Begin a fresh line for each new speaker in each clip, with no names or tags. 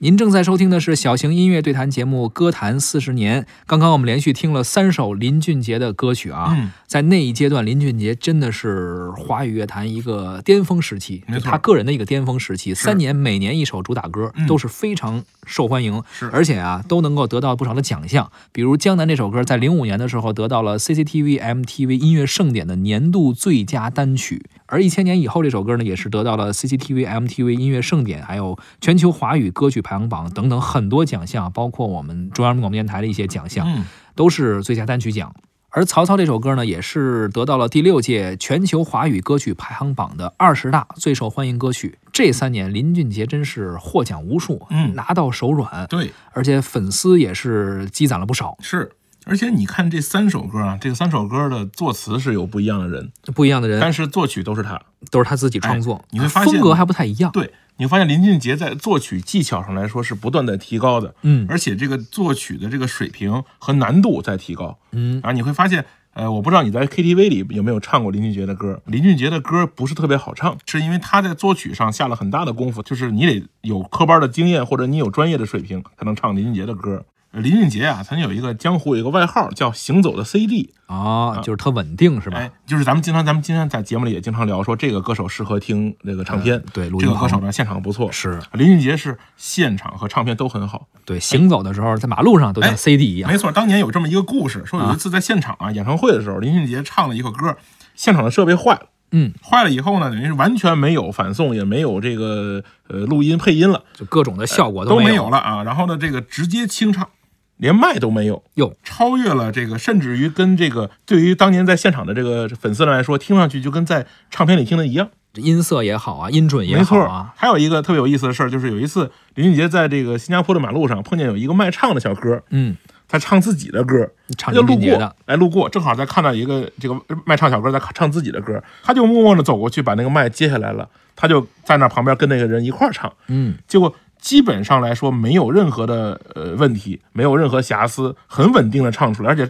您正在收听的是小型音乐对谈节目《歌坛四十年》。刚刚我们连续听了三首林俊杰的歌曲啊，
嗯
在那一阶段，林俊杰真的是华语乐坛一个巅峰时期，
没错
就他个人的一个巅峰时期，三年每年一首主打歌、
嗯
都是非常受欢迎，
是
而且啊都能够得到不少的奖项，比如《江南》这首歌在零五年的时候得到了 CCTV MTV 音乐盛典的年度最佳单曲，而一千年以后这首歌呢也是得到了 CCTV MTV 音乐盛典，还有全球华语歌曲排行榜等等很多奖项，包括我们中央人民广播电台的一些奖项。
嗯，
都是最佳单曲奖。而《曹操》这首歌呢，也是得到了第六届全球华语歌曲排行榜的二十大最受欢迎歌曲。这三年，林俊杰真是获奖无数，
嗯
拿到手软，
对，
而且粉丝也是积攒了不少。
是。而且你看这三首歌啊，这三首歌的作词是有不一样的人，
不一样的人
但是作曲都是他。
都是他自己创作，
你会发现
风格还不太一样。
对，你会发现林俊杰在作曲技巧上来说是不断在提高的，
嗯
而且这个作曲的这个水平和难度在提高。
嗯，
啊，你会发现，呃，我不知道你在 KTV 里有没有唱过林俊杰的歌。林俊杰的歌不是特别好唱，是因为他在作曲上下了很大的功夫，就是你得有科班的经验，或者你有专业的水平才能唱林俊杰的歌。呃林俊杰啊，曾经有一个江湖有一个外号叫“行走的 CD”，
啊，就是特稳定是吧？
嗯哎，就是咱们经常咱们经常在节目里也经常聊说这个歌手适合听这个唱片，
嗯对录音
这个歌
棚
手呢现场不错，
是
林俊杰是现场和唱片都很好，
对，行走的时候在马路上都像
哎
CD 一样。
没错，当年有这么一个故事，说有一次在现场啊演唱会的时候，林俊杰唱了一个歌，现场的设备坏了。
嗯，
坏了以后呢，等于是完全没有反送，也没有这个呃录音配音了，
就各种的效果
都
没
没有了啊。然后呢，这个直接清唱，连麦都没有，
哟，
超越了这个，甚至于跟这个对于当年在现场的这个粉丝来说，听上去就跟在唱片里听的一样。
这音色也好啊，音准也
没
好
错
啊，。
还有一个特别有意思的事儿，就是有一次林俊杰在这个新加坡的马路上碰见有一个卖唱的小哥，
嗯，
他唱自己的歌，
唱
就
林
路
俊杰的
过，哎，路过，正好在看到一个这个卖唱小哥在唱自己的歌，他就默默的走过去把那个麦接下来了，他就在那旁边跟那个人一块儿唱，
嗯，
结果基本上来说没有任何的呃问题，没有任何瑕疵，很稳定的唱出来，而且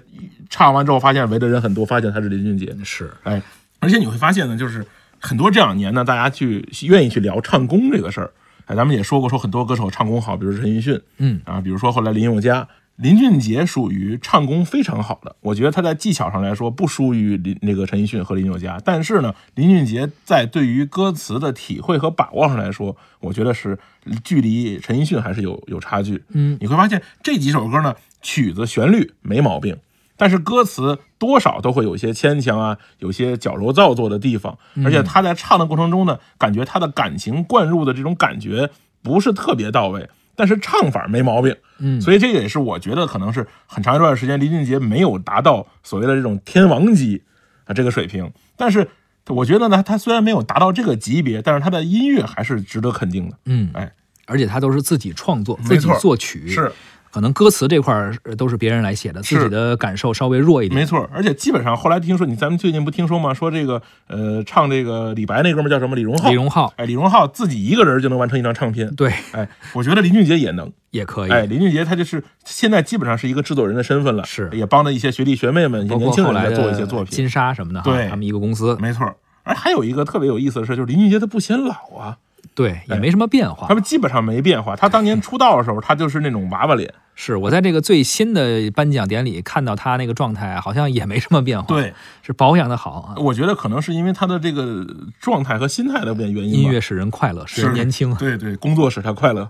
唱完之后发现围的人很多，发现他是林俊杰，
是
哎，而且你会发现呢，就是很多这两年呢，大家去愿意去聊唱功这个事儿。哎，咱们也说过，说很多歌手唱功好，比如陈奕迅，
嗯
啊，比如说后来林宥嘉、林俊杰属于唱功非常好的，我觉得他在技巧上来说不输于林那个陈奕迅和林宥嘉，但是呢，林俊杰在对于歌词的体会和把握上来说，我觉得是距离陈奕迅还是有有差距。
嗯，
你会发现这几首歌呢，曲子旋律没毛病，但是歌词多少都会有一些牵强啊，有些矫揉造作的地方，而且他在唱的过程中呢，感觉他的感情灌入的这种感觉不是特别到位，但是唱法没毛病，
嗯
所以这个也是我觉得可能是很长一段时间林俊杰没有达到所谓的这种天王级啊这个水平，但是我觉得呢，他虽然没有达到这个级别，但是他的音乐还是值得肯定的，
嗯，
哎，
而且他都是自己创作、自
没
己
错
作曲，
是。
可能歌词这块儿呃都是别人来写的，自
是
己的感受稍微弱一点。
没错，而且基本上后来听说你，咱们最近不听说吗？说这个呃，唱这个李白那哥们儿叫什么？李荣浩。
李荣浩
哎，李荣浩自己一个人就能完成一张唱片。
对
哎，我觉得林俊杰也能。
也可以，
哎，林俊杰他就是现在基本上是一个制作人的身份了，
是
也帮着一些学弟学妹们、一些
包
年
括
轻
后
人
来
在
的
做一些作品。
金莎什么的哈，
对
他们一个公司，
没错。而还有一个特别有意思的事，就是林俊杰他不显老啊，
对，也没什么变化
他。们基本上没变化。他当年出道的时候，他就是那种娃娃脸，
是我在这个最新的颁奖典礼看到他那个状态，好像也没什么变化。，
对，
是保养的好啊，
我觉得可能是因为他的这个状态和心态的变原因吧。
音乐使人快乐，使人
是
年轻。啊
对对，工作使他快乐。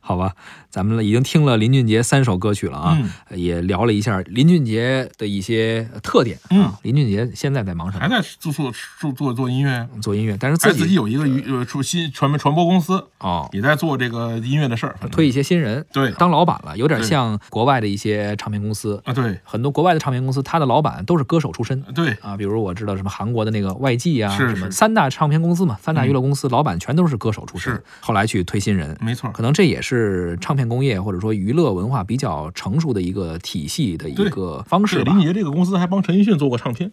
好吧，咱们已经听了林俊杰三首歌曲了啊，
嗯
也聊了一下林俊杰的一些特点啊。
嗯
林俊杰现在在忙什
还
么？
在做做做做做音乐，
做音乐，但是
还
自己
自己有一个娱呃出新传媒传播公司，
哦，
也在做这个音乐的事儿。反正
推一些新人，
嗯对
当老板了，有点
对
像国外的一些唱片公司，
啊，对
很多国外的唱片公司，他的老板都是歌手出身。
对，
啊，比如我知道什么韩国的那个 YG 啊，
嗯是
什么
是嗯
三大唱片公司嘛，三大娱乐公司、老板全都是歌手出身
是，
后来去推新人，
没错
可能这也是唱片工业或者说娱乐文化比较成熟的一个体系的一
对
个方式
对，
吧。
林俊杰这个公司还帮陈奕迅做过唱片，